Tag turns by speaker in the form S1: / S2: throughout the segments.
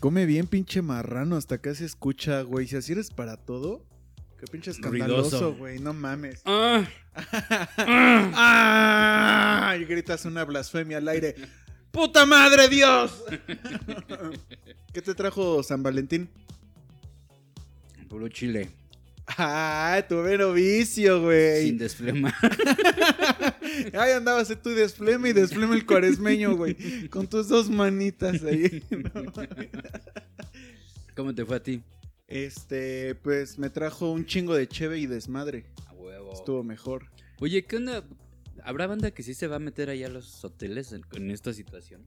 S1: Come bien, pinche marrano. Hasta acá se escucha, güey. Si así eres para todo, qué pinche escandaloso,
S2: Ruidoso.
S1: güey. No mames.
S2: Ah,
S1: ¡Ah! Y gritas una blasfemia al aire. ¡Puta madre, Dios! ¿Qué te trajo San Valentín?
S2: puro chile.
S1: ¡Ah! Tu mero vicio, güey.
S2: Sin desflema.
S1: Ahí andabas tú desflema y desflema el cuaresmeño, güey. Con tus dos manitas ahí. ¿no?
S2: ¿Cómo te fue a ti?
S1: Este, pues me trajo un chingo de cheve y desmadre.
S2: A huevo.
S1: Estuvo mejor.
S2: Oye, ¿qué onda? ¿Habrá banda que sí se va a meter allá a los hoteles en, en esta situación?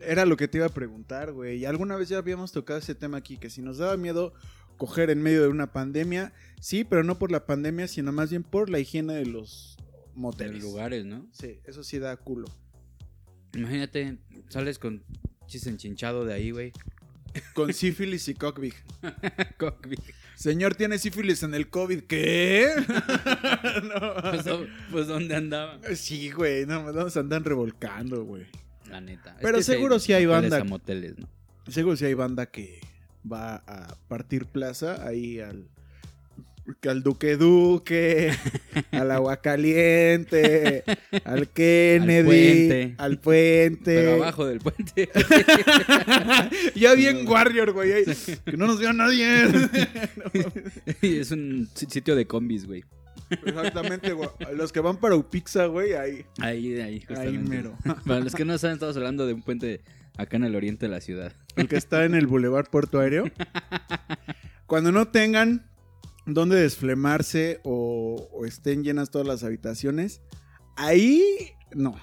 S1: Era lo que te iba a preguntar, güey. Alguna vez ya habíamos tocado ese tema aquí, que si nos daba miedo coger en medio de una pandemia, sí, pero no por la pandemia, sino más bien por la higiene de los
S2: De
S1: moteles.
S2: lugares, ¿no?
S1: Sí, eso sí da culo.
S2: Imagínate, sales con chis enchinchado de ahí, güey.
S1: Con sífilis y cockbig.
S2: Cockpit.
S1: Señor, tiene sífilis en el COVID. ¿Qué?
S2: Pues,
S1: no.
S2: ¿dó- pues, ¿dónde andaba?
S1: Sí, güey, no, no, se andan revolcando, güey.
S2: La neta. Es
S1: Pero
S2: que
S1: seguro sí hay
S2: hoteles
S1: banda.
S2: a moteles, ¿no?
S1: Seguro si hay banda que va a partir plaza ahí al, que al Duque Duque, al Agua Caliente, al Kennedy,
S2: puente.
S1: al puente.
S2: Pero abajo del puente.
S1: ya bien Warrior, güey. ahí, Que no nos vea nadie.
S2: Y es un si- sitio de combis, güey.
S1: Exactamente, güey. Los que van para Upixa, güey, ahí.
S2: Ahí, ahí,
S1: Ahí
S2: justamente.
S1: mero.
S2: Para los que no saben, estamos hablando de un puente acá en el oriente de la ciudad.
S1: El que está en el Boulevard Puerto Aéreo. Cuando no tengan dónde desflemarse o, o estén llenas todas las habitaciones, ahí no.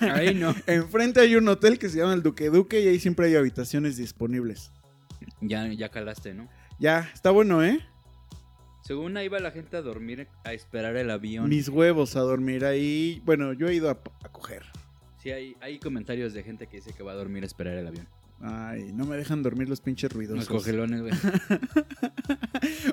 S2: Ahí no.
S1: Enfrente hay un hotel que se llama el Duque Duque y ahí siempre hay habitaciones disponibles.
S2: Ya, ya calaste, ¿no?
S1: Ya, está bueno, ¿eh?
S2: Según ahí va la gente a dormir, a esperar el avión.
S1: Mis huevos a dormir ahí. Bueno, yo he ido a, a coger.
S2: Sí, hay, hay comentarios de gente que dice que va a dormir a esperar el avión.
S1: Ay, no me dejan dormir los pinches ruidosos.
S2: Los cogelones, güey.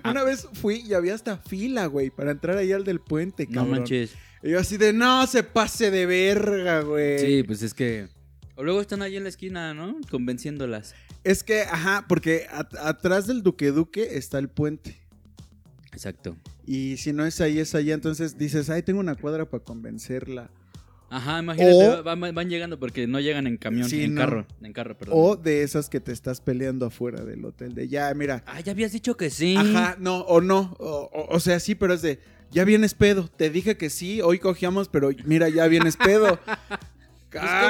S1: Una vez fui y había hasta fila, güey, para entrar ahí al del puente,
S2: No
S1: cabrón.
S2: manches.
S1: Y yo así de, no se pase de verga, güey.
S2: Sí, pues es que. O luego están ahí en la esquina, ¿no? Convenciéndolas.
S1: Es que, ajá, porque at- atrás del Duque Duque está el puente.
S2: Exacto.
S1: Y si no es ahí, es allá. Entonces dices, ay, tengo una cuadra para convencerla.
S2: Ajá, imagínate,
S1: O-
S2: va- van, van llegando porque no llegan en camión,
S1: Sí,
S2: en
S1: no.
S2: carro. En carro, perdón.
S1: O de esas que te estás peleando afuera del hotel. De ya, mira.
S2: Ah, ya habías dicho que sí.
S1: Ajá, no, o no. O, o- o sea, sí, pero es de, ya vienes pedo. Te dije que sí, hoy cogíamos, pero mira, ya vienes pedo. ah,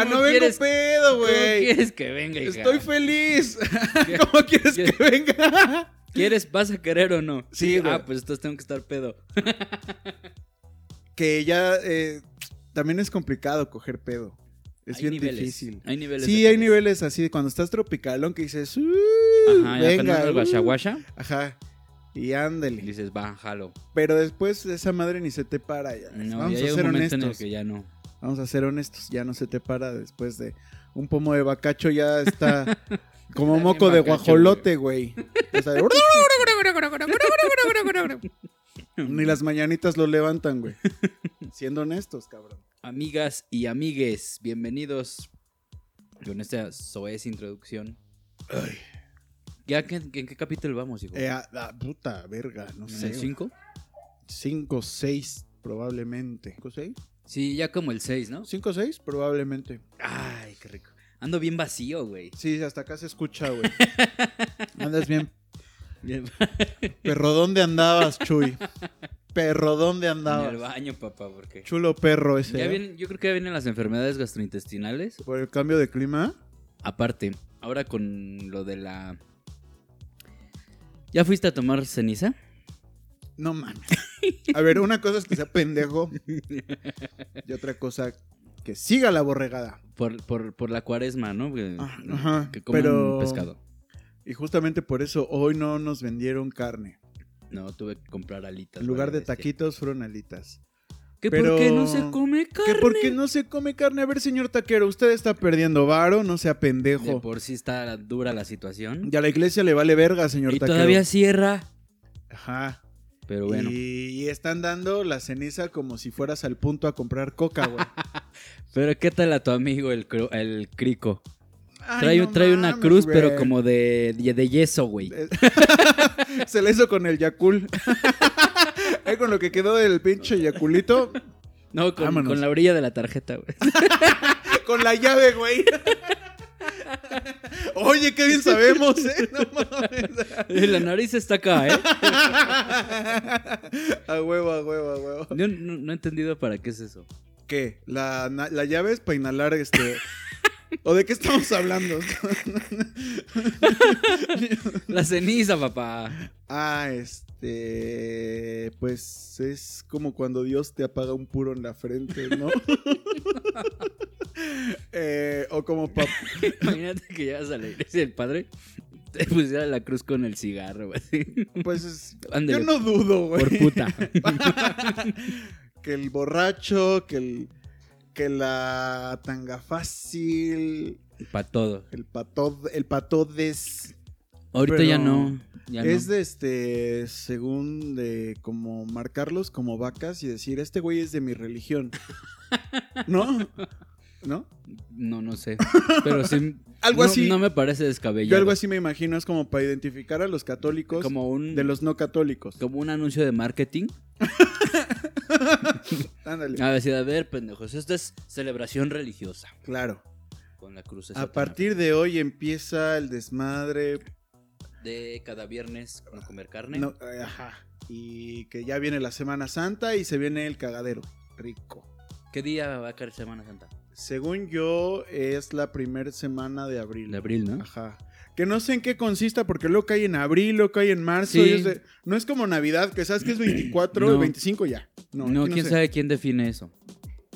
S2: ¿cómo
S1: no vengo
S2: quieres-
S1: pedo,
S2: ¿Cómo
S1: güey.
S2: quieres que venga, hija?
S1: Estoy feliz. ¿Cómo quieres que venga?
S2: ¿Quieres, vas a querer o no?
S1: Sí, güey.
S2: Ah, pues entonces tengo que estar pedo.
S1: que ya eh, también es complicado coger pedo. Es
S2: Hay
S1: bien
S2: niveles,
S1: difícil.
S2: Hay niveles.
S1: Sí,
S2: de-
S1: hay niveles así de cuando estás tropicalón que dices, "Uh,
S2: Ajá, ya
S1: venga,
S2: Fernando
S1: uh".
S2: Guachaguacha.
S1: ajá, y
S2: Y
S1: ándele.
S2: dices, va, jalo.
S1: Pero después esa madre ni se te para. ya.
S2: No,
S1: Vamos
S2: ya
S1: a
S2: llega
S1: ser
S2: un momento en el
S1: honestos.
S2: que ya no.
S1: Vamos a ser honestos, ya no se te para después de un pomo de bacacho ya está como
S2: Está
S1: moco
S2: bien
S1: de
S2: bacacho,
S1: guajolote, güey. O sea, ni las mañanitas lo levantan, güey. Siendo honestos, cabrón.
S2: Amigas y amigues, bienvenidos con esta soez introducción. ¿Ya que- que- en qué capítulo vamos, hijo?
S1: Eh, a- a- puta verga, no
S2: ¿En el
S1: sé.
S2: 5?
S1: 5 6 probablemente. 5 6?
S2: Sí, ya como el 6, ¿no?
S1: 5 6 probablemente.
S2: Ay, qué rico. Ando bien vacío, güey.
S1: Sí, hasta acá se escucha, güey. Andas bien.
S2: Bien-
S1: Perro, ¿dónde andabas, Chuy? Perro, ¿dónde
S2: En el
S1: andabas?
S2: baño, papá, porque...
S1: Chulo perro ese.
S2: Ya
S1: ¿eh?
S2: vienen- yo creo que ya vienen las enfermedades gastrointestinales.
S1: Por el cambio de clima.
S2: Aparte, ahora con lo de la... ¿Ya fuiste a tomar ceniza?
S1: No mames. A ver, una cosa es que sea pendejo. Y otra cosa, que siga la borregada.
S2: Por, por, por la cuaresma, ¿no? Que,
S1: Ah, ajá,
S2: que coman
S1: pero-
S2: pescado.
S1: Y justamente por eso hoy no nos vendieron carne.
S2: No, tuve que comprar alitas.
S1: En lugar
S2: vale,
S1: de
S2: bestia.
S1: taquitos fueron alitas.
S2: ¿Que
S1: pero-
S2: por qué no se come carne?
S1: ¿Que por qué no se come carne? A ver, señor taquero, usted está perdiendo varo, no sea
S2: De
S1: pendejo.
S2: por sí está dura la situación.
S1: Y a la iglesia le vale verga, señor
S2: y
S1: taquero.
S2: todavía cierra.
S1: Ajá.
S2: Pero bueno.
S1: Y, y están dando la ceniza como si fueras al punto a comprar coca, güey.
S2: Pero ¿qué tal a tu amigo el, cro- el crico?
S1: Ay,
S2: Trae,
S1: no
S2: trae una
S1: mames,
S2: cruz, pero
S1: güey. Eh,
S2: como de, de, de yeso, güey.
S1: Se la hizo con el Yakul. Ahí con lo que quedó del pinche Yakulito.
S2: No, con,
S1: Vámonos.
S2: con la orilla de la tarjeta, güey.
S1: Con la llave, güey. Oye, qué bien sabemos, ¿eh? No mames.
S2: La nariz está acá, ¿eh?
S1: A huevo, a huevo, a huevo.
S2: Yo no, no he entendido para qué es eso.
S1: ¿Qué? ¿La, na- la llave es para inhalar este. ¿O de qué estamos hablando?
S2: La ceniza, papá.
S1: ah, este. Pues es como cuando Dios te apaga un puro en la frente, ¿no? Eh, o como papá.
S2: Imagínate que llegas a la iglesia y el padre te pusiera la cruz con el cigarro, güey. así.
S1: Pues es- yo
S2: Ándele,
S1: no dudo, güey.
S2: Por puta.
S1: que el borracho, que el. Que la tanga fácil,
S2: Para todo.
S1: el patod, el patodes.
S2: Ahorita
S1: Pero
S2: ya no. ya no.
S1: es de este, según de como marcarlos como vacas y decir, este güey es de mi religión. ¿No? ¿No?
S2: No, no sé. Pero sí.
S1: Algo
S2: no-
S1: así.
S2: No me parece descabellado.
S1: Yo algo así me imagino, es como para identificar a los católicos
S2: Como un,
S1: de los no católicos.
S2: como un anuncio de marketing.
S1: Ándale.
S2: A decir, a ver, pendejos, esta es celebración religiosa.
S1: Claro.
S2: Con la cruz. esa
S1: A partir de hoy empieza el desmadre.
S2: tan- De cada viernes no comer carne.
S1: No, eh, ajá. Y que ya viene la Semana Santa y se viene el cagadero. Rico.
S2: ¿Qué día va a caer Semana Santa?
S1: Según yo, es la primera semana de abril.
S2: De abril, ¿no?
S1: Ajá. Que no sé en qué consista, porque luego cae en abril, luego cae en marzo.
S2: Sí.
S1: y es de- no es como Navidad, que sabes que es 24
S2: No.
S1: 25 ya. No,
S2: No,
S1: aquí
S2: quién
S1: sé.
S2: sabe quién define eso.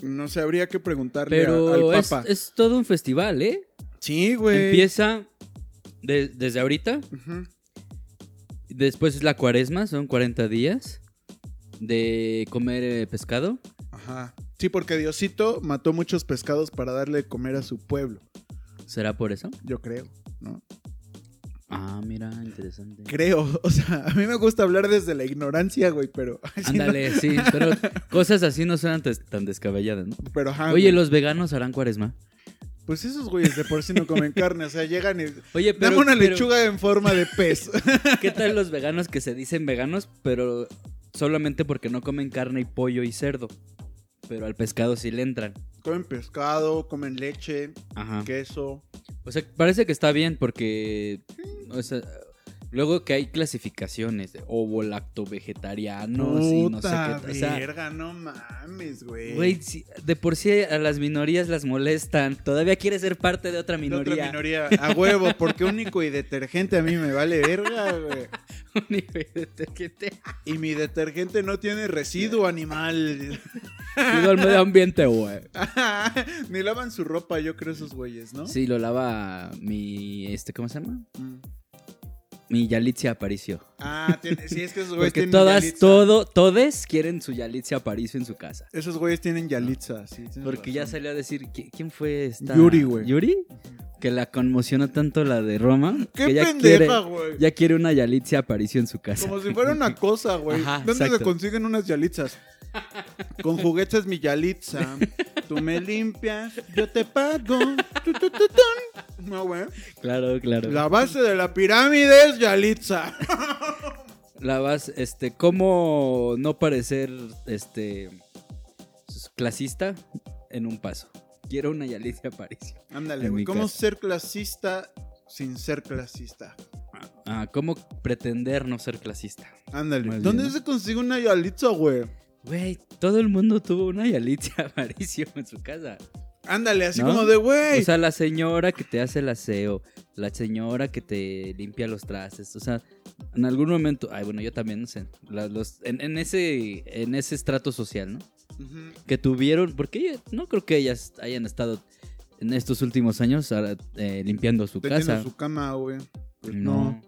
S1: No sé, habría que preguntarle a-
S2: Pero
S1: al
S2: es,
S1: Papa. Pues-
S2: es todo un festival, ¿eh?
S1: Sí, güey.
S2: Empieza de- desde ahorita.
S1: Ujú.
S2: Después es la cuaresma, son 40 días de comer eh, pescado.
S1: Ajá. Sí, porque Diosito mató muchos pescados para darle de comer a su pueblo.
S2: ¿Será por eso?
S1: Yo creo, ¿no?
S2: Ah, mira, interesante.
S1: Creo. O sea, a mí me gusta hablar desde la ignorancia, güey, pero. sí,
S2: Ándale, sí, pero cosas así no suenan tes- tan descabelladas, ¿no?
S1: no, Pero ajá.
S2: Oye,
S1: Ah, güey.
S2: los veganos harán cuaresma.
S1: Pues esos güeyes de por sí no comen carne. O sea, llegan y.
S2: Oye, pero,
S1: Dame una
S2: pero,
S1: lechuga en forma de pez.
S2: ¿qué tal los veganos que se dicen veganos, pero solamente porque no comen carne y pollo y cerdo? Pero al pescado sí le entran.
S1: comen pescado, comen leche.
S2: Ajá.
S1: queso.
S2: O sea, parece que está bien porque. O sea, luego que hay clasificaciones de ovo lacto vegetarianos y no sé
S1: Puta
S2: qué. O sea,
S1: verga, no mames, güey.
S2: güey, si- de por sí a las minorías las molestan. Todavía quiere ser parte de otra
S1: La
S2: minoría.
S1: otra minoría. A huevo, porque único y detergente a mí me vale verga, güey.
S2: Digo
S1: Y mi detergente no tiene residuo animal.
S2: al medio ambiente, güey.
S1: Ni lavan su ropa, yo creo, esos güeyes, ¿no?
S2: Sí, lo lava mi. este ¿Cómo se llama?
S1: Mm.
S2: Mi Yalitza Aparicio.
S1: Ah, tiene, sí, es que esos güeyes
S2: Porque
S1: tienen
S2: todas,
S1: Yalitza.
S2: todo, todes quieren su Yalitza Aparicio en su casa.
S1: Esos güeyes tienen Yalitza, sí. tienes
S2: Porque ya
S1: razón.
S2: salió a decir, ¿qui- ¿quién fue esta?
S1: Yuri, güey.
S2: ¿Yuri? Que la conmocionó tanto la de Roma.
S1: ¡Qué
S2: que ya
S1: pendeja,
S2: quiere,
S1: güey!
S2: ya quiere una Yalitza Aparicio en su casa.
S1: Como si fuera una cosa, güey.
S2: Ajá,
S1: ¿Dónde se
S2: exacto.
S1: consiguen unas yalitzas? Con juguetes mi yalitza. Tú me limpias, yo te pago. Tu, tu, tu, tun. No, güey.
S2: Claro, claro.
S1: La base de la pirámide es yalitza.
S2: La vas, este, ¿cómo no parecer, este, clasista en un paso? Quiero una Yalitza Aparicio.
S1: Ándale,
S2: En
S1: güey.
S2: mi
S1: ¿Cómo
S2: casa.
S1: ser clasista sin ser clasista?
S2: Ah, ¿cómo pretender no ser clasista?
S1: Ándale.
S2: Más bien,
S1: ¿Dónde
S2: ¿no?
S1: se consigue una yalitza, güey?
S2: Güey, todo el mundo tuvo una Yalitza Aparicio en su casa.
S1: Ándale, así
S2: ¿No?
S1: como de,
S2: O
S1: güey.
S2: sea, la señora que te hace el aseo, la señora que te limpia los trastes, o sea, en algún momento, ay, bueno, yo también, no sé, la- los, en, en ese, en ese estrato social, ¿no?
S1: Ujú.
S2: Que tuvieron, porque ellas- no creo que ellas hayan estado en estos últimos años ahora, eh, limpiando su
S1: Te
S2: casa.
S1: tiene su cama, güey. Pues
S2: No.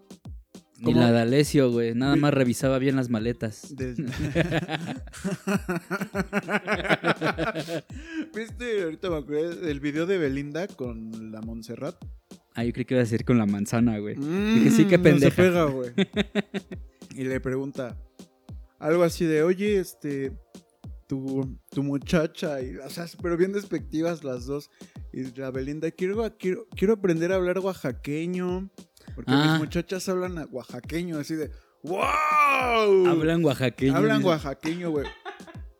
S2: Ni
S1: ¿Cómo?
S2: la de Alessio, güey, nada
S1: Ni-
S2: más revisaba bien las maletas.
S1: Des- ¿Viste? Ahorita me acordé del video de Belinda con la Montserrat.
S2: Ah, yo creí que iba a decir con la manzana, güey.
S1: Dije,
S2: Mm, sí, qué
S1: No se
S2: pendeja.
S1: pega, güey. Y le pregunta algo así de, oye, este, ¿tu tu, tu muchacha, y, o sea, pero bien despectivas las dos. Y la Belinda, quiero, quiero, quiero aprender a hablar oaxaqueño, porque
S2: Ah.
S1: mis muchachas hablan a- oaxaqueño, así de, ¡wow!
S2: Hablan oaxaqueño.
S1: Hablan
S2: dice.
S1: oaxaqueño, güey.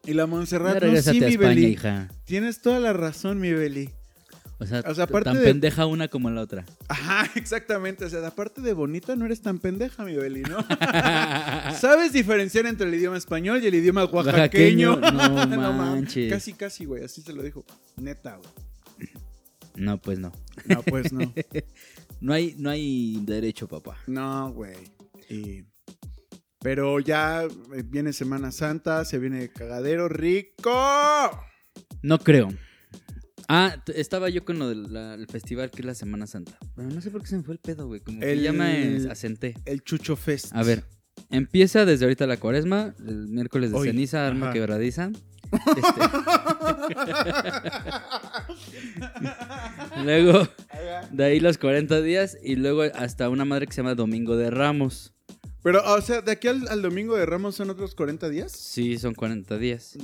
S1: Y la
S2: Ya
S1: Montserrat, no,
S2: regrésate
S1: sí,
S2: a
S1: mi
S2: España,
S1: Beli.
S2: hija.
S1: Tienes toda la razón, mi Beli.
S2: O sea,
S1: O sea, aparte
S2: tan
S1: de-
S2: pendeja una como la otra.
S1: Ajá, exactamente. O sea, aparte de bonita, no eres tan pendeja, mi Beli, ¿no? ¿Sabes diferenciar entre el idioma español y el idioma oaxaqueño?
S2: Oaxaqueño, no
S1: mames.
S2: manches.
S1: Casi, casi, güey. Así te lo dijo. Neta, güey.
S2: No, pues no.
S1: No, pues no.
S2: No hay, no hay derecho, papá.
S1: No, güey. Y- Pero ya eh, viene Semana Santa, se viene cagadero rico.
S2: No creo. Ah, t- estaba yo con lo del la- el festival que es la Semana Santa. Bueno, no sé por qué se me fue el pedo, güey. Como que
S1: El-
S2: ya me asenté.
S1: El Chucho Fest.
S2: A ver, empieza desde ahorita la cuaresma, el miércoles de
S1: Hoy.
S2: ceniza, arma
S1: Ajá.
S2: quebradiza. Este, luego, de ahí los 40 días y luego hasta una madre que se llama Domingo de Ramos.
S1: Pero, o sea, de aquí al, al domingo de Ramos son otros 40 días.
S2: Sí, son 40 días.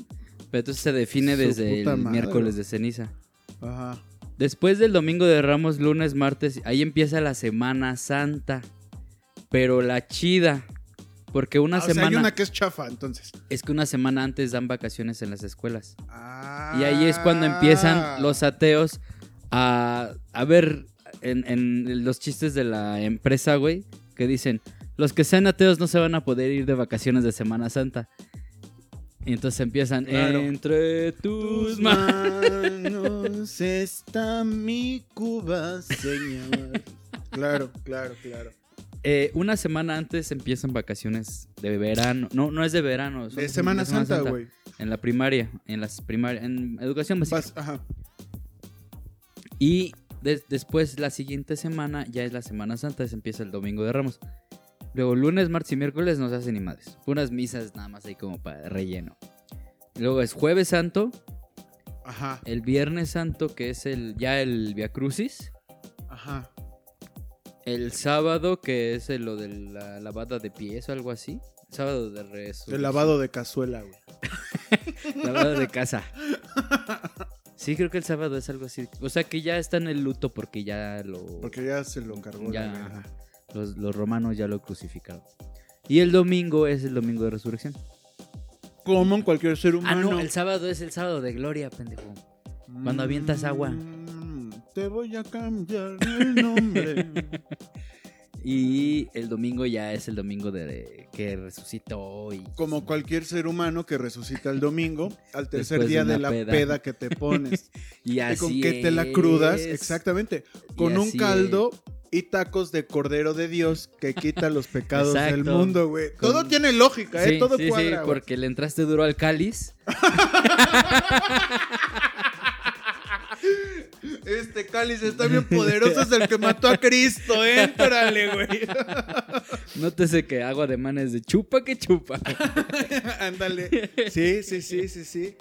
S2: Pero entonces se define
S1: Su
S2: desde el
S1: puta madre.
S2: miércoles de ceniza.
S1: Ajá.
S2: Después del domingo de Ramos, lunes, martes, ahí empieza la Semana Santa. Pero la chida. Porque una
S1: Ah, o
S2: semana.
S1: sea, hay una que es chafa, entonces.
S2: Es que una semana antes dan vacaciones en las escuelas.
S1: Ah.
S2: Y ahí es cuando empiezan los ateos a, a ver en, en los chistes de la empresa, güey, que dicen, los que sean ateos no se van a poder ir de vacaciones de Semana Santa. Y entonces empiezan,
S1: Claro.
S2: entre tus
S1: Tus
S2: manos.
S1: manos está mi Cuba, señor. Claro, claro, claro.
S2: Eh, una semana antes empiezan vacaciones de verano. No, no es de verano. son
S1: De Semana Santa, güey.
S2: En la primaria, en las primarias, en educación básica.
S1: Vas- Ajá.
S2: Y des- después la siguiente semana ya es la Semana Santa, se empieza el Domingo de Ramos. Luego lunes, martes y miércoles no se hacen ni madres. Unas misas nada más ahí como para relleno. Luego es jueves santo,
S1: Ajá.
S2: el viernes santo que es el ya el Via Crucis,
S1: Ajá.
S2: el sábado que es el- lo de la lavada de pies o algo así. Sábado de resurrección.
S1: El lavado de cazuela, güey.
S2: Lavado de casa. Sí, creo que el sábado es algo así. O sea que ya está en el luto porque ya lo...
S1: Porque ya se lo cargó.
S2: Ya.
S1: la verga.
S2: Los, los romanos ya lo crucificaron. Y el domingo es el domingo de resurrección.
S1: Como en cualquier ser
S2: Ah,
S1: humano.
S2: no, el sábado es el sábado de gloria, pendejo. cuando avientas agua.
S1: Mm, Te voy a cambiar el nombre.
S2: Y el domingo ya es el domingo de que resucitó y
S1: Como cualquier ser humano que resucita el domingo, al tercer
S2: Después de
S1: día de,
S2: una
S1: la
S2: peda.
S1: peda. que te pones.
S2: y
S1: y
S2: así
S1: con qué te la crudas,
S2: es.
S1: exactamente.
S2: Y
S1: Con un
S2: así
S1: caldo y tacos de cordero de Dios que quita los pecados del
S2: Exacto.
S1: mundo, güey.
S2: Con-
S1: Todo tiene lógica,
S2: es.
S1: ¿eh? Todo
S2: sí, sí,
S1: cuadra. güey.
S2: porque le entraste duro al cáliz.
S1: Este cáliz está bien poderoso, es el que mató a Cristo. Éntrale, güey.
S2: Nótese que agua de manes de chupa que chupa.
S1: Ándale. Sí, sí, sí, sí, sí.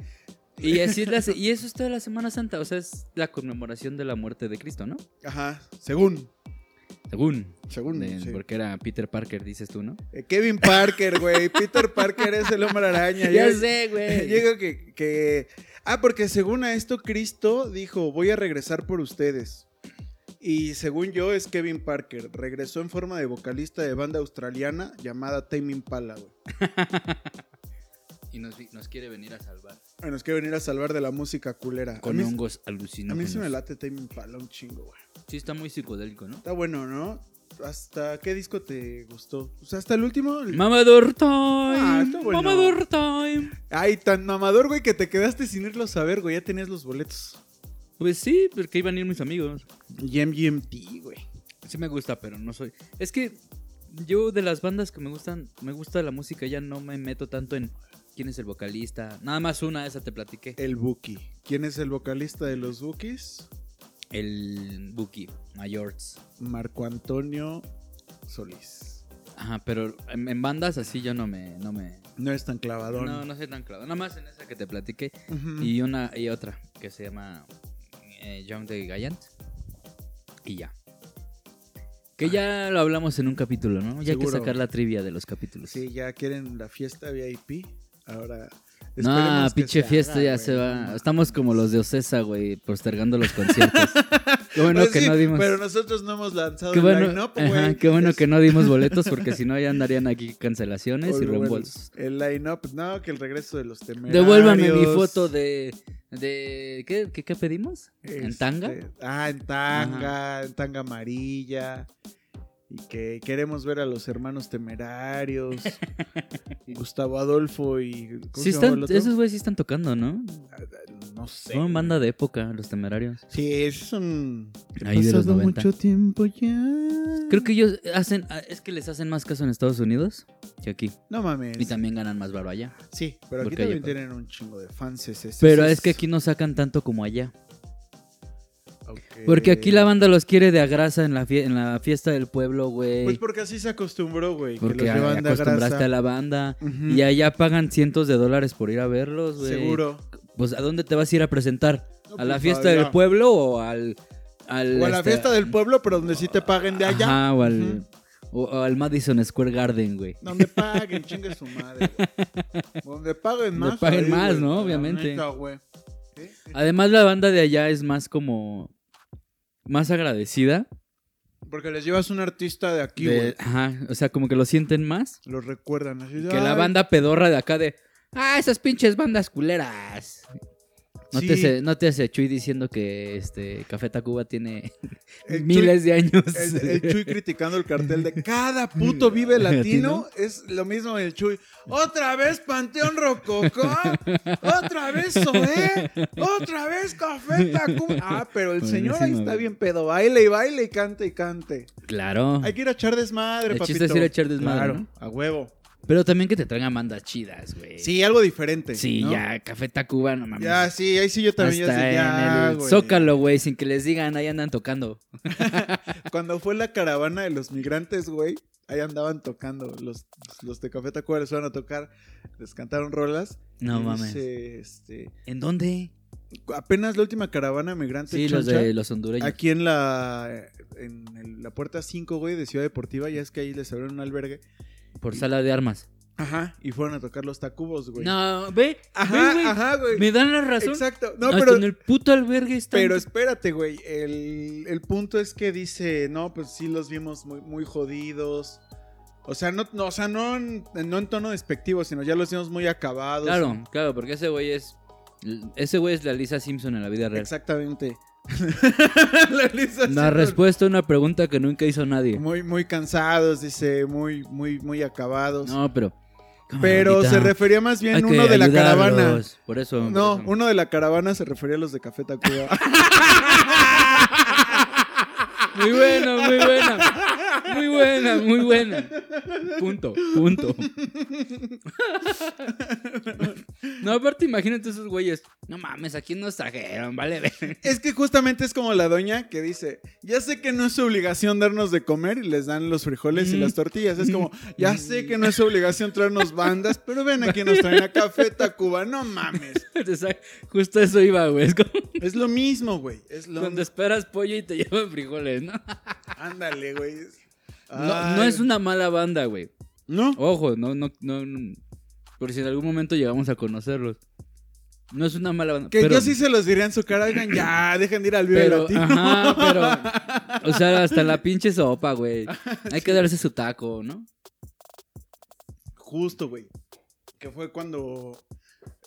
S2: Y así es la se- y eso es toda la Semana Santa, o sea, es la conmemoración de la muerte de Cristo, ¿no?
S1: Ajá. Según.
S2: Según
S1: Según.
S2: de-
S1: sí.
S2: porque era Peter Parker, dices tú, ¿no?
S1: Eh, Kevin Parker, güey. Peter Parker es el hombre araña.
S2: Ya
S1: Yo-
S2: sé, güey.
S1: Llega que, que- Ah, porque según a esto, Cristo dijo: Voy a regresar por ustedes. Y según yo, es Kevin Parker. Regresó en forma de vocalista de banda australiana llamada Tame Impala, güey.
S2: Y nos, vi- nos quiere venir a salvar.
S1: Bueno, es que venir a salvar de la música culera.
S2: Con
S1: a mí,
S2: hongos
S1: a
S2: alucinantes.
S1: mí sí me late Tame Impala un chingo, güey.
S2: Sí, está muy psicodélico, ¿no?
S1: Está bueno, ¿no? ¿Hasta qué disco te gustó? O sea, hasta el último. el-
S2: Mamador time.
S1: Ah, está bueno.
S2: Mamador time.
S1: Ay, tan mamador, güey, que te quedaste sin irlo a saber, güey. Ya tenías los boletos.
S2: Pues sí, porque iban a ir mis amigos.
S1: Y MGMT, güey.
S2: Sí me gusta, pero no soy. Es que yo de las bandas que me gustan, me gusta la música, ya no me meto tanto en quién es el vocalista. Nada más una, esa te platiqué.
S1: El Buki. ¿Quién es el vocalista de los Bukis?
S2: El Buki, Mayors.
S1: Marco Antonio Solís.
S2: Ajá, pero en, en bandas así yo no me, no me.
S1: No es tan clavadón.
S2: No, no soy tan claro. Nada más en esa que te platiqué.
S1: Ujú.
S2: Y una y otra que se llama eh, Young de Giant. Y ya. Que ya lo hablamos en un capítulo, ¿no? Ya hay
S1: Ah.
S2: que
S1: Seguro.
S2: sacar la trivia de los capítulos.
S1: Sí, ya quieren la fiesta VIP. Ahora
S2: No,
S1: Esperemos que
S2: pinche
S1: se
S2: fiesta
S1: haga,
S2: ya
S1: güey.
S2: se va. Estamos como los de Ocesa, güey, postergando los conciertos. Qué bueno
S1: Pues
S2: que
S1: sí,
S2: no dimos.
S1: Pero nosotros no hemos lanzado
S2: Qué
S1: el
S2: bueno,
S1: line-up,
S2: ajá,
S1: pues, güey.
S2: qué bueno
S1: Es-
S2: que no dimos boletos porque si no ya andarían aquí cancelaciones y
S1: Oye, bueno,
S2: reembolsos.
S1: El line-up, no, que el regreso de los temerarios.
S2: Devuélvame mi foto de... de ¿qué, qué, qué pedimos? ¿En
S1: Este,
S2: tanga?
S1: Ah, en tanga, en tanga amarilla. Y que queremos ver a los hermanos temerarios. Gustavo Adolfo y. ¿cómo se
S2: Sí
S1: llama
S2: están,
S1: el otro?
S2: esos güeyes sí están tocando, ¿no?
S1: No sé.
S2: Son banda de época, los temerarios.
S1: Sí, esos son.
S2: Ahí de los
S1: pasado
S2: 90.
S1: mucho tiempo ya.
S2: Creo que ellos hacen... ah, Es que les hacen más caso en Estados Unidos que aquí.
S1: No mames.
S2: Y también ganan más barba allá.
S1: Sí, pero aquí
S2: Porque
S1: también
S2: ya-
S1: tienen un chingo de fans. es- es-
S2: Pero es que aquí no sacan tanto como allá.
S1: Ok.
S2: Porque aquí la banda los quiere de agrasa en la, fie- en la fiesta del pueblo, güey.
S1: Pues porque así se acostumbró, güey. Que los
S2: porque
S1: llevan de
S2: acostumbraste
S1: grasa.
S2: a la banda.
S1: Ujú.
S2: Y allá pagan cientos de dólares por ir a verlos, güey.
S1: Mm. Seguro.
S2: Pues ¿a dónde te vas a ir a presentar?
S1: No,
S2: ¿A la
S1: pues,
S2: fiesta
S1: allá.
S2: del pueblo o al. al
S1: O a la
S2: este,
S1: fiesta del pueblo, pero donde sí te paguen de allá.
S2: Ajá, o al,
S1: Ujú.
S2: o- o al Madison Square Garden, güey.
S1: Donde paguen, chingue su madre. güey. Donde paguen más.
S2: paguen
S1: ahí,
S2: más,
S1: güey,
S2: ¿no?
S1: la
S2: Obviamente.
S1: neta, güey. Sí, sí.
S2: Además, la banda de allá es más como. más agradecida.
S1: Porque les llevas un artista de aquí,
S2: de-
S1: güey.
S2: ajá, o sea, como que lo sienten más
S1: Los recuerdan. Así,
S2: que la
S1: "Ay,
S2: banda pedorra de acá de. Ah, esas pinches bandas culeras. No,
S1: Sí.
S2: te, hace, no te hace Chuy diciendo que este Café Tacuba tiene
S1: el Chuy-
S2: miles de años.
S1: El, el Chuy criticando el cartel de cada puto vive latino es lo mismo el Chuy. Otra vez Panteón Rococó, otra vez Zoé, otra vez Café Tacuba. Ah, pero el señor ahí
S2: Buenísimo,
S1: está
S2: güey.
S1: bien pedo, baile y baile y cante y cante.
S2: Claro.
S1: Hay que ir a echar desmadre,
S2: El
S1: papito.
S2: chiste es ir a echar desmadre,
S1: Claro,
S2: ¿no?
S1: a huevo.
S2: Pero también que te traigan bandas chidas, güey.
S1: Sí, algo diferente.
S2: Sí,
S1: ¿no?
S2: ya, Café Tacuba, no mames.
S1: Ya, sí, ahí sí yo también ya
S2: Hasta
S1: sé, ya,
S2: en el
S1: güey.
S2: Zócalo, güey, sin que les digan, ahí andan tocando.
S1: Cuando fue la caravana de los migrantes, güey, ahí andaban tocando. Los, los de Café Tacuba les iban a tocar, les cantaron rolas.
S2: No
S1: Y
S2: mames.
S1: dice, este,
S2: ¿En dónde?
S1: apenas la última caravana de migrantes,
S2: Sí, los
S1: choncha,
S2: de los hondureños.
S1: aquí en la, en el- la puerta 5, güey, de Ciudad Deportiva, ya es que ahí les abrieron un albergue.
S2: Por sala de armas.
S1: Ajá. Y fueron a tocar los tacubos, güey.
S2: No, ve,
S1: Ajá,
S2: ve, güey.
S1: ajá, güey.
S2: Me dan la razón.
S1: Exacto. No,
S2: No,
S1: pero...
S2: en el puto albergue están.
S1: Pero espérate, güey. El, el punto es que dice, no, pues sí los vimos muy, muy jodidos. O sea, no, no, o sea, no, en, no en tono despectivo, sino ya los vimos muy acabados.
S2: Claro, claro, porque ese güey es. Ese güey es la Lisa Simpson en la vida real.
S1: Exactamente. La Lisa
S2: La
S1: Simpson.
S2: respuesta a una pregunta que nunca hizo nadie.
S1: Muy, muy cansados, dice, muy, muy, muy acabados.
S2: No, pero.
S1: Pero se
S2: refiere
S1: refería más bien uno de la caravana.
S2: Por eso. por
S1: No,
S2: eso.
S1: uno de la caravana se refería a los de Café Tacuba.
S2: Muy buena, muy buena. Muy buena, muy buena. Punto, punto. No, aparte imagínate esos güeyes. No mames, ¿a quién nos trajeron? Vale, ver.
S1: Es que justamente es como la doña que dice, ya sé que no es su obligación darnos de comer y les dan los frijoles y las tortillas. Es como, ya sé que no es su obligación traernos bandas, pero ven aquí nos traen a Café Tacuba, no mames.
S2: Exacto. Justo eso iba, güey. Es como
S1: Es lo mismo, güey. Es lo
S2: cuando esperas pollo y te llevan frijoles, ¿no?
S1: Ándale, güey.
S2: No, no
S1: Ay.
S2: es una mala banda, güey.
S1: ¿No?
S2: Ojo, no, no, no. no. Por si en algún momento llegamos a conocerlos. No es una mala banda.
S1: Que
S2: pero-
S1: yo sí se los diría en su cara, oigan, ya, dejen de ir al Vive
S2: Pero,
S1: Latino.
S2: ajá, pero. O sea, hasta la pinche sopa, güey. Hay que darse su taco, ¿no?
S1: Justo, güey. Que fue cuando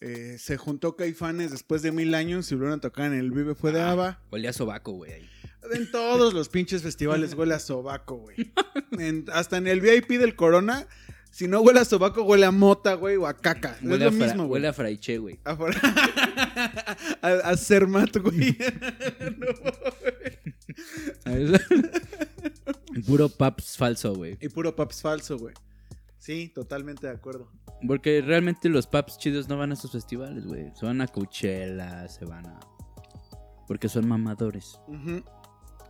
S1: eh, se juntó Caifanes después de mil años y volvieron a tocar en el Vive Fue de Ava.
S2: Olía a sobaco, güey. ahí.
S1: En todos los pinches festivales huele a sobaco, güey. En- hasta en el VIP del Corona, si no huele a sobaco, huele a mota, güey, o a caca.
S2: Huele,
S1: es
S2: a
S1: lo
S2: fra-
S1: mismo, güey.
S2: huele a fraiche, güey.
S1: A, for- a, a Cermat, güey. No, güey.
S2: Puro paps falso, güey.
S1: y puro paps falso, güey. Sí, totalmente de acuerdo.
S2: Porque realmente los paps chidos no van a esos festivales, güey. Se van a Coachella, se van a. Porque son mamadores.
S1: Ujú.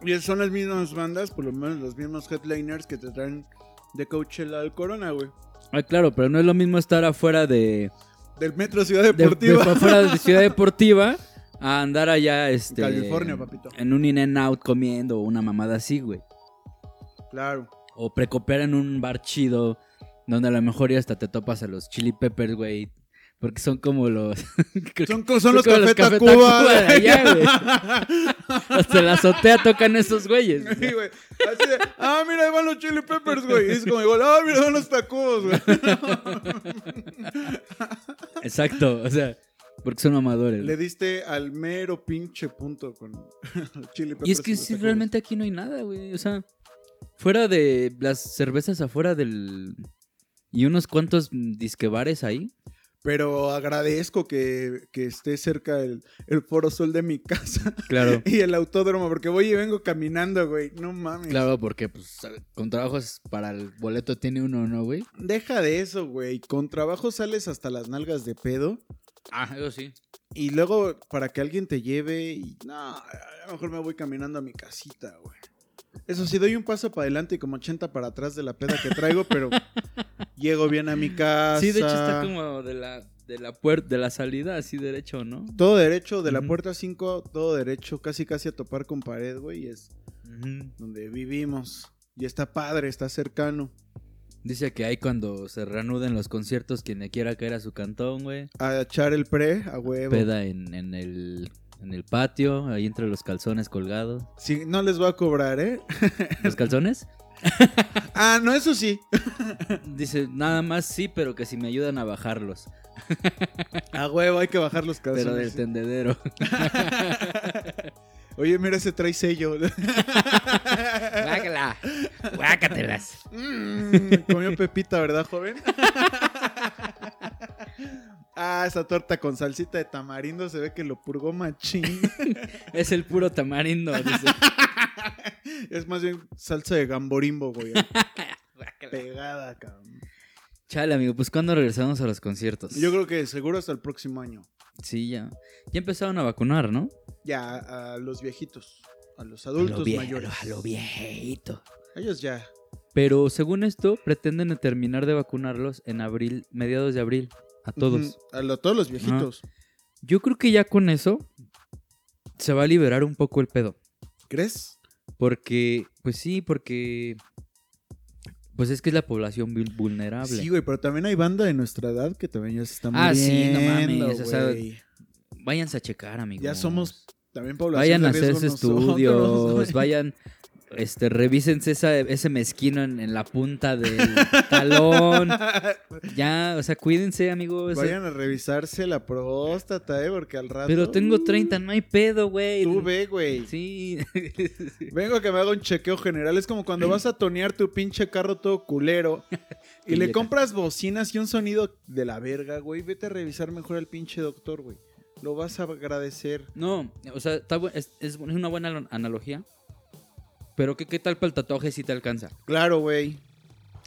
S1: Y son las mismas bandas, por lo menos los mismos headliners que te traen de Coachella al Corona, güey.
S2: Ah, claro, pero no es lo mismo estar afuera de.
S1: Del Metro Ciudad
S2: de-
S1: Deportiva.
S2: de- afuera de Ciudad Deportiva a andar allá, este.
S1: California, papito.
S2: En un in-and-out comiendo o una mamada así, güey.
S1: Claro.
S2: O precopear en un bar chido, donde a lo mejor y hasta te topas a los chili peppers, güey. Porque son como los. creo que-
S1: Son, co- son los
S2: como
S1: Café
S2: Café
S1: Tacuba.
S2: Tacuba de allá, güey.
S1: güey.
S2: Hasta la azotea tocan esos güeyes.
S1: Sí, güey. Así de, ah, mira, ahí van los Chili Peppers, güey. Y es como igual, ah, mira, ahí van los tacos, güey.
S2: Exacto, o sea, porque son amadores.
S1: Le diste al mero pinche punto con los Chili Peppers.
S2: Y es que
S1: los
S2: sí,
S1: Tacubas.
S2: realmente aquí no hay nada, güey. O sea, fuera de las cervezas afuera del... Y unos cuantos mm, disquebares ahí.
S1: Pero agradezco que, que esté cerca el, el Foro Sol de mi casa
S2: Claro.
S1: y el autódromo, porque voy y vengo caminando, güey. No mames.
S2: Claro, porque pues con trabajos para el boleto tiene uno, ¿no, güey?
S1: Deja de eso, güey. Con trabajo sales hasta las nalgas de pedo.
S2: Ah, eso sí.
S1: Y luego para que alguien te lleve y no, a lo mejor me voy caminando a mi casita, güey. Eso sí, doy un paso para adelante y como 80 para atrás de la peda que traigo, pero llego bien a mi casa.
S2: Sí, de hecho está como de la, de la puerta, de la salida así derecho, ¿no?
S1: Todo derecho, de la
S2: Ujú.
S1: puerta 5, todo derecho, casi casi a topar con pared, güey, y es donde vivimos. Y está padre, está cercano.
S2: Dice que ahí cuando se reanuden los conciertos, quien le quiera caer a su cantón, güey.
S1: A echar el pre, a huevo.
S2: Peda en, en el, en el patio, ahí entre los calzones colgados.
S1: Sí, no les voy a cobrar, ¿eh?
S2: ¿Los calzones?
S1: Ah, no, eso sí.
S2: Dice, nada más sí, pero que si me ayudan a bajarlos.
S1: A huevo, hay que bajar los calzones.
S2: Pero del tendedero.
S1: Oye, mira, ese trae sello.
S2: Guácala. Guácatelas.
S1: Mm, comió pepita, ¿verdad, joven? ah, esa torta con salsita de tamarindo se ve que lo purgó machín.
S2: Es el puro tamarindo. Dice.
S1: es más bien salsa de gamborimbo, güey. Pegada, cabrón.
S2: Chale, amigo, pues cuando regresamos a los conciertos.
S1: Yo creo que seguro hasta el próximo año.
S2: Sí, ya. Ya empezaron a vacunar, ¿no?
S1: Ya, a los viejitos, a los adultos
S2: A lo vie-
S1: mayores.
S2: A lo viejito.
S1: Ellos ya.
S2: Pero según esto, pretenden terminar de vacunarlos en abril, mediados de abril, a todos. Ah.
S1: Ujú, A, lo- todos los viejitos.
S2: Yo creo que ya con eso se va a liberar un poco el pedo.
S1: ¿Crees?
S2: Porque, pues sí, porque. Pues es que es la población vul- vulnerable.
S1: Sí, güey, pero también hay banda de nuestra edad que también ya se está muriendo.
S2: Ah, sí, no mames, o sea,
S1: güey.
S2: Váyanse a checar, amigos.
S1: Ya somos también población
S2: Vayan
S1: de
S2: a
S1: riesgo
S2: hacerse
S1: nosotros,
S2: estudios.
S1: güey.
S2: Vayan. Este, revísense esa- ese mezquino en, en la punta del talón. Ya, o sea, cuídense, amigos.
S1: Vayan a revisarse la próstata, eh, porque al rato.
S2: eh, Pero tengo 30, no hay pedo, güey.
S1: Tú ve, güey.
S2: Sí.
S1: Vengo a que me haga un chequeo general. Es como cuando vas a tonear tu pinche carro todo culero y le
S2: Pileta.
S1: compras bocinas y un sonido de la verga, güey. Vete a revisar mejor al pinche doctor, güey. Lo vas a agradecer.
S2: No, o sea, está bu- es, es una buena lo- analogía. Pero ¿qué, qué tal para el tatuaje si te alcanza?
S1: Claro, güey.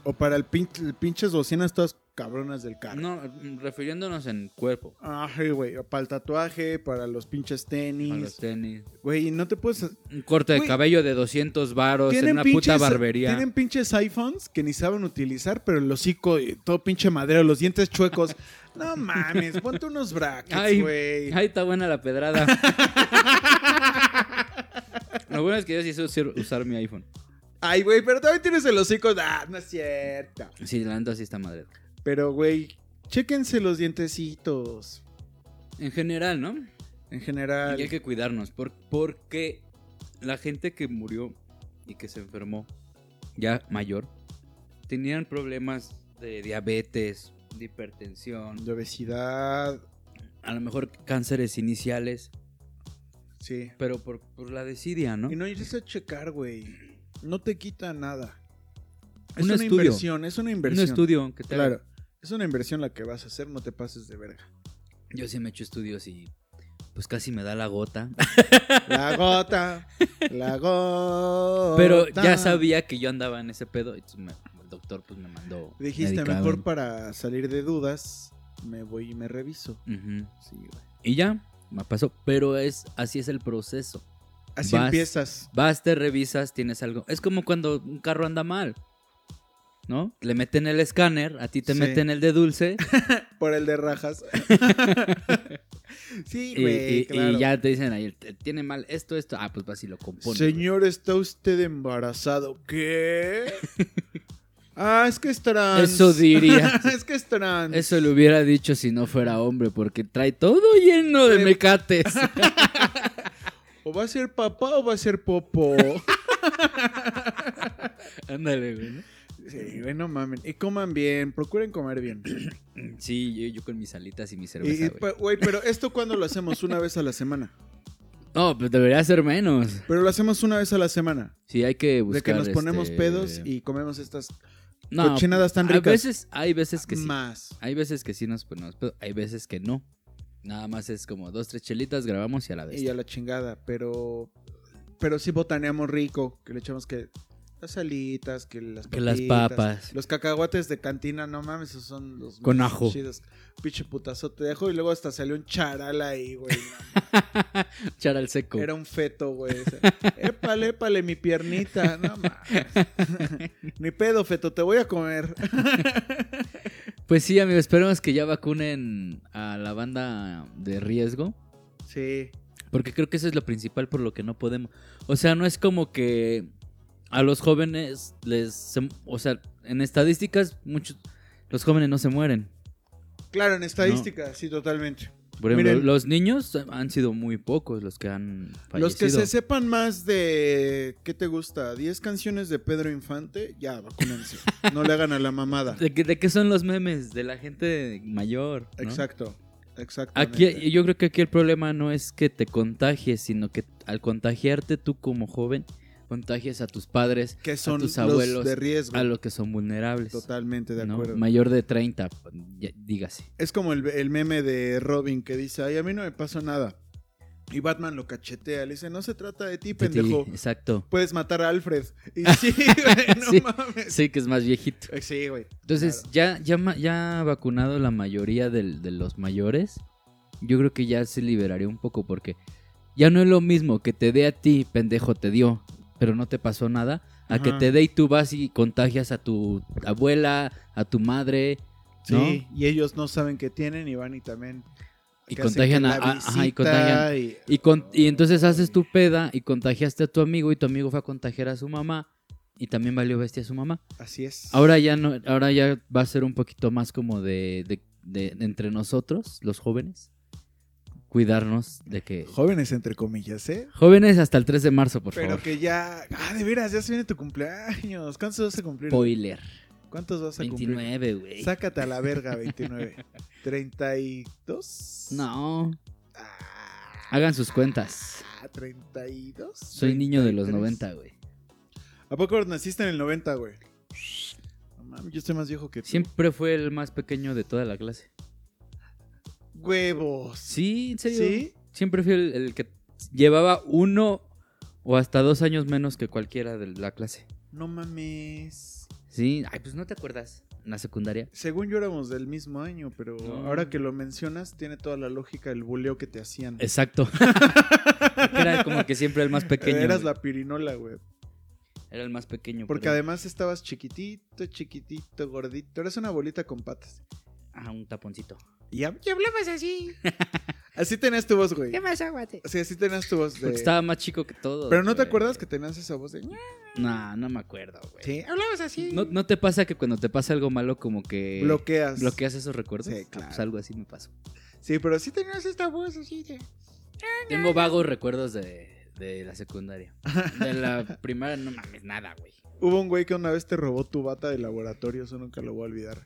S1: O para el pinche, pinches bocinas todas cabronas del carro.
S2: No, mm, refiriéndonos en cuerpo.
S1: Ay, güey. Para el tatuaje, para los pinches
S2: A los
S1: tenis.
S2: tenis.
S1: Güey, no te puedes
S2: Un corte de
S1: Güey, eh,
S2: cabello de 200 varos en una puta barbería.
S1: Tienen pinches iPhones que ni saben utilizar, pero el hocico, eh, todo pinche madero, los dientes chuecos. No mames, ponte unos brackets,
S2: Ay,
S1: güey.
S2: Ay, está buena la pedrada. Lo bueno es que yo sí sé usar- usar mi iPhone.
S1: Ay, güey, pero también tienes el hocico. Ah, no es cierto.
S2: Sí, la neta sí está madre.
S1: Pero, güey, chéquense los dientecitos.
S2: En general, ¿no?
S1: En
S2: Y hay
S1: general.
S2: que cuidarnos. por- porque la gente que murió y que se enfermó ya mayor tenían problemas de diabetes, de hipertensión,
S1: De obesidad.
S2: a lo mejor cánceres iniciales,
S1: Sí.
S2: pero por, por la desidia, ¿no?
S1: Y no irse a checar, güey. No te quita nada. Es
S2: Un
S1: una
S2: estudio.
S1: inversión, es una
S2: Un
S1: inversión.
S2: estudio que te
S1: Claro. Es una inversión la que vas a hacer, no te pases de verga.
S2: Yo sí me echo estudios y pues casi me da la gota.
S1: La gota, la gota.
S2: Pero ya sabía que yo andaba en ese pedo. y entonces me- el doctor pues me mandó.
S1: Dijiste,
S2: medicamento.
S1: mejor para salir de dudas, me voy y me reviso.
S2: Ujú.
S1: Sí, güey.
S2: Y ya, me pasó. Pero es así es el proceso.
S1: Así
S2: Vas.
S1: empiezas.
S2: Vas, te revisas, tienes algo. Es como cuando un carro anda mal. ¿No? Le meten el escáner, a ti te
S1: Sí.
S2: meten el de dulce
S1: Por el de rajas. sí,
S2: y,
S1: güey,
S2: y- y
S1: claro.
S2: ya te dicen ahí, "Te- tiene mal esto, esto. Ah, pues vas y lo compones. güey.
S1: Señor, está usted embarazado. ¿Qué? Ah, es que es trans.
S2: Eso diría.
S1: es que es trans.
S2: Eso lo hubiera dicho si no fuera hombre, porque trae todo lleno de
S1: Sí.
S2: mecates.
S1: O va a ser papá o va a ser popo.
S2: Ándale, güey. ¿no?
S1: sí, güey, no mamen. Y coman bien, procuren comer bien.
S2: Sí, yo, yo con mis alitas y mi
S1: Y- pues
S2: cerveza,
S1: y,
S2: güey.
S1: pe- Güey, pero esto cuando lo hacemos una vez a la semana.
S2: No, pues debería ser menos.
S1: Pero lo hacemos una vez a la semana.
S2: Sí, hay que
S1: De
S2: buscar.
S1: que nos ponemos
S2: este,
S1: pedos y comemos estas
S2: No,
S1: cochinadas tan
S2: A
S1: ricas.
S2: veces, hay veces que sí.
S1: más.
S2: Hay veces que sí nos ponemos pedos, hay veces que no. Nada más es como dos, tres chelitas, grabamos y a la vez.
S1: Y a la chingada, pero pero sí botaneamos rico, que le echamos que las alitas, que las
S2: Que las
S1: papitas,
S2: papas.
S1: Los cacahuates de cantina, no mames, esos son los
S2: Con
S1: más
S2: ajo.
S1: chidos. Pinche putazote de ajo y luego hasta salió un charal ahí, güey.
S2: Echar al seco.
S1: Era un feto, güey. O sea, épale, épale, mi piernita. No mames. Ni pedo, feto, te voy a comer.
S2: Pues sí, amigos, esperemos que ya vacunen a la banda de riesgo.
S1: Sí.
S2: Porque creo que eso es lo principal por lo que no podemos. O sea, no es como que a los jóvenes les... se- o sea, en estadísticas, muchos... Los jóvenes no se mueren.
S1: Claro, en estadística, sí, totalmente.
S2: Por ejemplo,
S1: Miren.
S2: los niños han sido muy pocos los que han fallecido.
S1: Los que se sepan más de, ¿qué te gusta? 10 canciones de Pedro Infante, ya, vacúnense. No le hagan a la mamada.
S2: ¿De, qué- ¿De qué son los memes? De la gente mayor. ¿no?
S1: Exacto, exacto.
S2: Aquí, yo creo que aquí el problema no es que te contagies, sino que al contagiarte tú como joven, contagies a tus padres,
S1: que son los
S2: tus abuelos,
S1: de riesgo.
S2: a los que son vulnerables.
S1: Totalmente de
S2: ¿no?
S1: acuerdo.
S2: Mayor de 30, ya- dígase.
S1: Es como el, el meme de Robin que dice, ay, a mí no me pasó nada. Y Batman lo cachetea, le dice, no se trata de ti, pendejo.
S2: Sí, Exacto.
S1: Puedes matar a Alfred. Y sí, güey, no
S2: Sí.
S1: mames.
S2: Sí, que es más viejito.
S1: Eh, Sí, güey.
S2: Entonces, ya, ya, ma- ya ha vacunado la mayoría del- de los mayores, yo creo que ya se liberaría un poco porque ya no es lo mismo que te dé a ti, pendejo, te dio, pero no te pasó nada, a que
S1: Ajá.
S2: te dé y tú vas y contagias a tu abuela, a tu madre, ¿no?
S1: Sí, y ellos no saben qué tienen y van y también...
S2: Y
S1: que hacen
S2: contagian
S1: que
S2: a-
S1: la
S2: a- ajá, y
S1: visita
S2: contagian.
S1: y-
S2: Y, con- y entonces haces tu peda y contagiaste a tu amigo y tu amigo fue a contagiar a su mamá y también valió bestia a su mamá.
S1: Así es.
S2: Ahora ya no, ahora ya va a ser un poquito más como de, de- de- de entre nosotros, los jóvenes, cuidarnos de que
S1: Jóvenes, entre comillas, ¿eh?
S2: jóvenes hasta el 3 de marzo, por
S1: Pero
S2: favor.
S1: que ya. Ah, de veras, ya se viene tu cumpleaños. ¿Cuántos vas a cumplir?
S2: Spoiler.
S1: ¿Cuántos vas a cumplir?
S2: 29, güey.
S1: Sácate a la verga, 29. ¿32?
S2: No,
S1: Ah,
S2: hagan sus cuentas.
S1: ¿32?
S2: Soy niño de los
S1: 93.
S2: 90, güey.
S1: ¿A poco naciste en el 90, güey? No mames, yo estoy más viejo que tú.
S2: Siempre fue el más pequeño de toda la clase.
S1: Huevos.
S2: Sí, en serio.
S1: ¿Sí?
S2: Siempre fui el, el que llevaba uno o hasta dos años menos que cualquiera de la clase.
S1: No mames.
S2: Sí, ay, pues no te acuerdas. En la secundaria.
S1: Según yo éramos del mismo año, pero
S2: No.
S1: ahora que lo mencionas, tiene toda la lógica el buleo que te hacían.
S2: Exacto. Era como que siempre el más pequeño.
S1: Eras
S2: güey.
S1: la pirinola, güey.
S2: Era el más pequeño.
S1: Porque
S2: pero-
S1: además estabas chiquitito, chiquitito, gordito. Eras una bolita con patas.
S2: Ah, un taponcito.
S1: Y hab-
S3: Y hablabas así.
S1: así tenías tu voz, güey.
S3: ¿Qué pasa, guate?
S1: Sí, así tenías tu voz de...
S2: Porque estaba más chico que todo.
S1: Pero ¿no te
S2: güey.
S1: acuerdas que tenías esa voz de...
S2: No, no me acuerdo, güey.
S1: Sí.
S3: Hablabas así.
S2: ¿No, no te pasa que cuando te pasa algo malo, como que.
S1: Bloqueas.
S2: Bloqueas esos recuerdos?
S1: Sí,
S2: Ah,
S1: claro.
S2: Pues algo así me pasó.
S1: Sí, pero sí tenías...
S3: Tenías esta voz así de.
S2: Tengo vagos recuerdos de, de la secundaria. De la primaria, no mames, nada, güey.
S1: Hubo un güey que una vez te robó tu bata de laboratorio. Eso nunca lo voy a olvidar.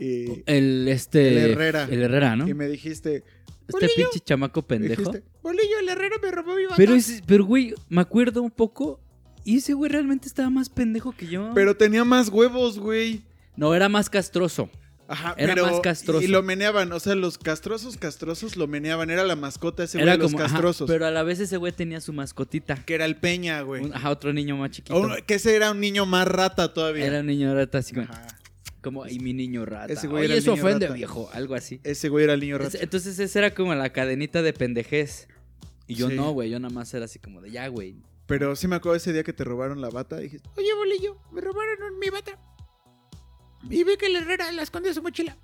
S1: Y,
S2: El este.
S1: El Herrera.
S2: El Herrera, ¿no?
S1: y me dijiste...
S2: Este pinche chamaco pendejo.
S1: dijiste,
S3: Bolillo, el herrero me robó mi bata.
S2: Pero, ese- pero, güey, me acuerdo un poco. Y ese güey realmente estaba más pendejo que yo.
S1: Pero tenía más huevos, güey.
S2: No, era más castroso.
S1: Ajá,
S2: Era
S1: pero...
S2: más castroso.
S1: Y lo meneaban. O sea, los castrosos, castrosos lo meneaban. Era la mascota ese güey
S2: Era
S1: de los
S2: como, ajá,
S1: castrosos.
S2: pero a la vez ese güey tenía su mascotita.
S1: Que era el Peña, güey.
S2: Un- ajá, otro niño más chiquito.
S1: O uno- que ese era un niño más rata todavía.
S2: Era un niño rata, así como,
S1: Ajá.
S2: como, y mi niño rata.
S1: Ese güey
S2: Oye,
S1: era el
S2: eso
S1: niño
S2: ofende,
S1: rata.
S2: viejo, algo así.
S1: Ese güey era el niño rata.
S2: Es- Entonces esa era como la cadenita de pendejez. Y yo
S1: Sí.
S2: no, güey, yo nada más era así como de ya, güey.
S1: Pero sí me acuerdo ese día que te robaron la bata. Dijiste,
S3: Oye, bolillo, me robaron un- mi bata. Y vi que el herrera la escondió en su mochila.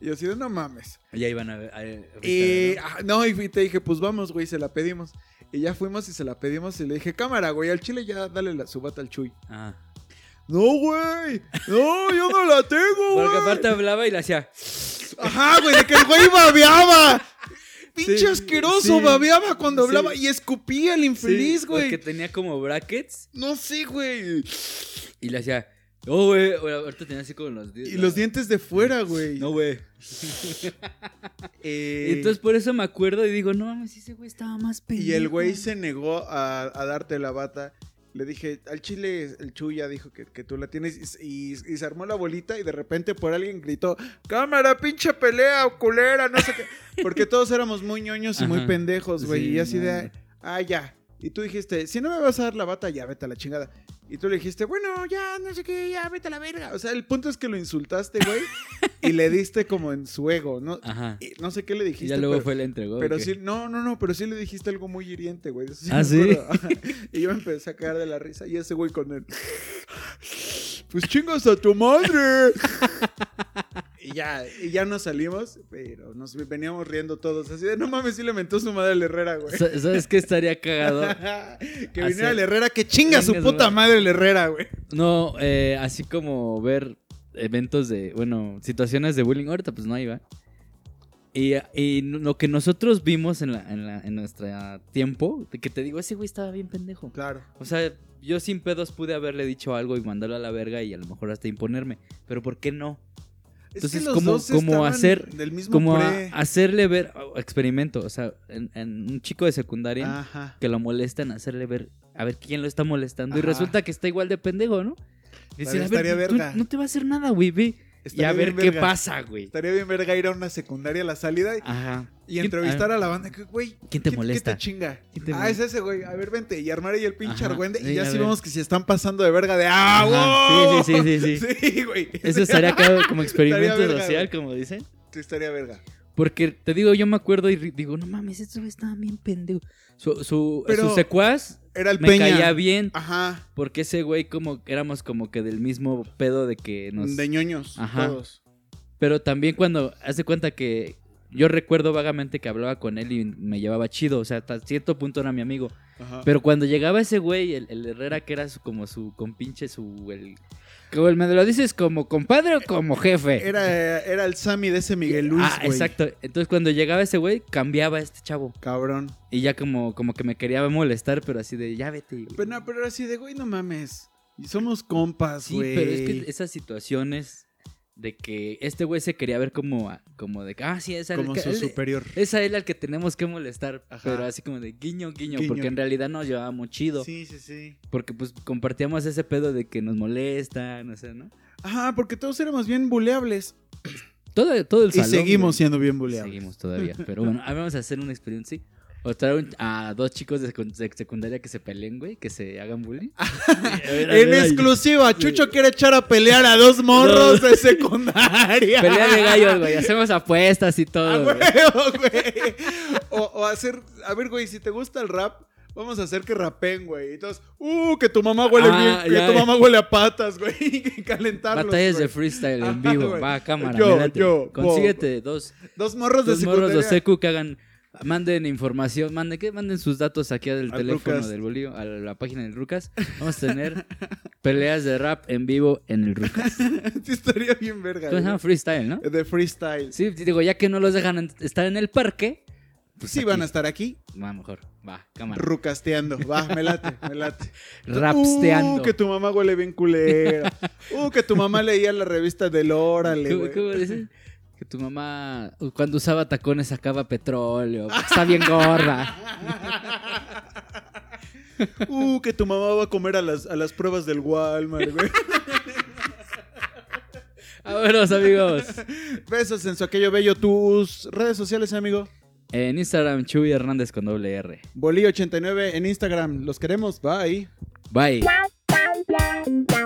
S1: y así de no mames.
S2: Ya iban a ver. a- a- ahorita,
S1: Y
S2: ¿no?
S1: ah, no, y fui- te dije, pues vamos, güey, se la pedimos. Y ya fuimos y se la pedimos. Y le dije, cámara, güey, al chile ya dale la, su bata al chuy.
S2: Ah,
S1: No, güey. No, yo no la tengo, güey.
S2: Porque aparte hablaba y le hacía.
S1: Ajá, güey, de que el güey babeaba. Pinche
S2: Sí,
S1: asqueroso,
S2: sí.
S1: babeaba cuando
S2: Sí.
S1: hablaba y escupía el infeliz,
S2: Sí,
S1: güey.
S2: Porque tenía como brackets
S1: No sé, güey.
S2: y le hacía. Oh, güey. o Ahorita tenía así como los dientes.
S1: Y los dientes de fuera, güey.
S2: No, güey.
S1: Eh,
S2: Y Entonces pues, por eso me acuerdo y digo, no mames, ese güey estaba más pendejo.
S1: y el güey se negó a, a darte la bata. Le dije, al chile, el Chuya dijo que, que tú la tienes. Y, y- y se armó la bolita y de repente por alguien gritó, cámara, pinche pelea, culera, no sé qué. Porque todos éramos muy ñoños y muy
S2: Ajá.
S1: pendejos, güey.
S2: Sí,
S1: y así
S2: no,
S1: de, ah, ya. Y tú dijiste, si no me vas a dar la bata, ya vete a la chingada. Y tú le dijiste, bueno, ya, no sé qué, ya, vete a la verga. O sea, el punto es que lo insultaste, güey. y le diste como en su ego, ¿no?
S2: Ajá.
S1: Y no sé qué le dijiste.
S2: Ah. Y ya luego
S1: pero-
S2: fue la entregó. ¿o
S1: pero
S2: qué?
S1: sí, no, no, no, pero sí le dijiste algo muy hiriente, güey. eso
S2: ¿Ah,
S1: me
S2: sí?
S1: acuerdo. y yo me empecé a cagar de la risa y ese güey con él. Pues chingas a tu madre. y ya, y ya nos salimos, pero nos veníamos riendo todos así de no mames, sí le mentó su madre el Herrera, güey.
S2: Sa- ¿Sabes qué estaría cagado?
S1: que viniera
S2: Hacer-
S1: el Herrera, que chinga su
S2: Chingas,
S1: puta
S2: güey.
S1: madre el Herrera, güey.
S2: No, eh, así como ver eventos de, bueno, situaciones de bullying. Ahorita pues no hay, va. Y, y lo que nosotros vimos en, la, en, la, en nuestro tiempo, de que te digo, ese güey estaba bien pendejo.
S1: Claro.
S2: O sea, yo sin pedos pude haberle dicho algo y mandarlo a la verga y a lo mejor hasta imponerme. Pero ¿por qué no? Entonces, como- como
S1: estaban
S2: hacer-
S1: del mismo
S2: Como a-
S1: pre.
S2: hacerle ver, o experimento, o sea, en, en un chico de secundaria
S1: Ajá.
S2: que lo molestan, hacerle ver, a ver quién lo está molestando. Y
S1: Ajá.
S2: resulta que está igual de pendejo, ¿no? Y
S1: También estaría
S2: a ver, tú-
S1: verga.
S2: no te va a hacer nada, güey, ve. Y
S1: Estaría
S2: a ver
S1: bien
S2: qué
S1: verga.
S2: pasa, güey.
S1: Estaría bien verga ir a una secundaria a la salida y
S2: Ajá.
S1: Y entrevistar a la banda, que, güey.
S2: ¿Quién te
S1: ¿Qué
S2: molesta?
S1: te chinga?
S2: ¿Quién te
S1: ah,
S2: molesta?
S1: es ese, güey. A ver, vente. Y armar ahí el pinche
S2: Ajá,
S1: argüende.
S2: sí,
S1: Y ya
S2: a
S1: sí
S2: ver.
S1: vemos que si están pasando de verga de ¡Ah,
S2: Ajá,
S1: wow!
S2: sí, sí, sí, sí,
S1: Sí, güey.
S2: Eso estaría acá como experimento
S1: Estaría verga,
S2: social,
S1: güey.
S2: como dicen.
S1: Sí, estaría verga.
S2: Porque te digo, yo me acuerdo y ri- digo, no mames, estos güeyes estaban bien pendejos. Su, su,
S1: Pero-
S2: su secuaz
S1: Era el
S2: me
S1: Peña.
S2: caía bien.
S1: Ajá.
S2: Porque ese güey como éramos como que del mismo pedo de que nos...
S1: De ñoños.
S2: Ajá.
S1: Todos.
S2: Pero también cuando hace cuenta que yo recuerdo vagamente que hablaba con él y me llevaba chido, o sea, hasta cierto punto era mi amigo.
S1: Ajá.
S2: Pero cuando llegaba ese güey, el, el Herrera, que era su- como su compinche, su... El, como el- ¿Me lo dices como compadre o como jefe?
S1: Era, era el Sammy de ese Miguel Luis,
S2: eh, Ah,
S1: güey.
S2: exacto. Entonces cuando llegaba ese güey, cambiaba este chavo.
S1: Cabrón.
S2: Y ya como, como que me quería molestar, pero así de, ya vete. güey".
S1: Pero, no, pero era así de, güey, no mames. Y somos compas,
S2: Sí,
S1: güey.
S2: pero es que esas situaciones de que este güey se quería ver como, a- como de que, ah, sí, esa
S1: Como
S2: es
S1: su superior.
S2: esa es la que tenemos que molestar,
S1: Ajá.
S2: pero así como de guiño, guiño,
S1: Guiño.
S2: porque en realidad nos llevábamos chido,
S1: Sí, sí, sí.
S2: porque pues compartíamos ese pedo de que nos molestan, o sea, ¿no?
S1: Ajá, porque todos éramos bien buleables.
S2: Todo, todo el
S1: Y
S2: salón.
S1: seguimos
S2: güey.
S1: siendo bien buleables.
S2: Seguimos todavía, pero bueno, ah, vamos a hacer una experiencia, sí. O traer un- a dos chicos de secund- de secundaria que se peleen, güey, que se hagan bullying. A ver, a
S1: En
S2: ver, ahí.
S1: exclusiva, Chucho quiere echar a pelear a dos morros de secundaria.
S2: Pelea de gallos, güey. Hacemos apuestas y todo.
S1: A
S2: güey.
S1: huevo, güey. O, o hacer, a ver, güey, si te gusta el rap, vamos a hacer que rapen, güey. Entonces, uh, que tu mamá huele
S2: Ah,
S1: bien, que
S2: ya.
S1: tu mamá huele a patas, güey. Y calentarlos.
S2: Batallas de
S1: güey.
S2: freestyle
S1: Ajá,
S2: en vivo.
S1: güey.
S2: Va, cámara.
S1: Yo,
S2: me late.
S1: yo,
S2: Consíguete dos,
S1: Dos morros de
S2: dos morros
S1: secundaria.
S2: de secu que hagan. Manden información, manden, ¿qué? manden sus datos aquí del
S1: Al
S2: teléfono
S1: Rucas.
S2: del Bolívar, a la página del Rucas. Vamos a tener peleas de rap en vivo en el Rucas.
S1: Sí, estaría bien verga.
S2: Entonces,
S1: güey.
S2: ah, freestyle, ¿no?
S1: De freestyle.
S2: Sí, digo, ya que no los dejan en- estar en el parque, pues
S1: sí, van a estar pues aquí Ah.
S2: va mejor. Va, cámara.
S1: rucasteando. Va, me late, me late.
S2: Rapsteando.
S1: Uh, que tu mamá huele bien culera. Uh, que tu mamá leía la revista del Órale,
S2: ¿Cómo,
S1: güey.
S2: cómo dices? Que tu mamá cuando usaba tacones sacaba petróleo. porque Está bien gorda.
S1: Uh, que tu mamá va a comer a las, a las pruebas del Walmart, güey.
S2: Vámonos, amigos.
S1: Besos en su aquello bello. Tus redes sociales, amigo.
S2: En Instagram, Chuy Hernández con doble R.
S1: Bolí89 en Instagram. Los queremos. Bye.
S2: Bye.
S4: Bye.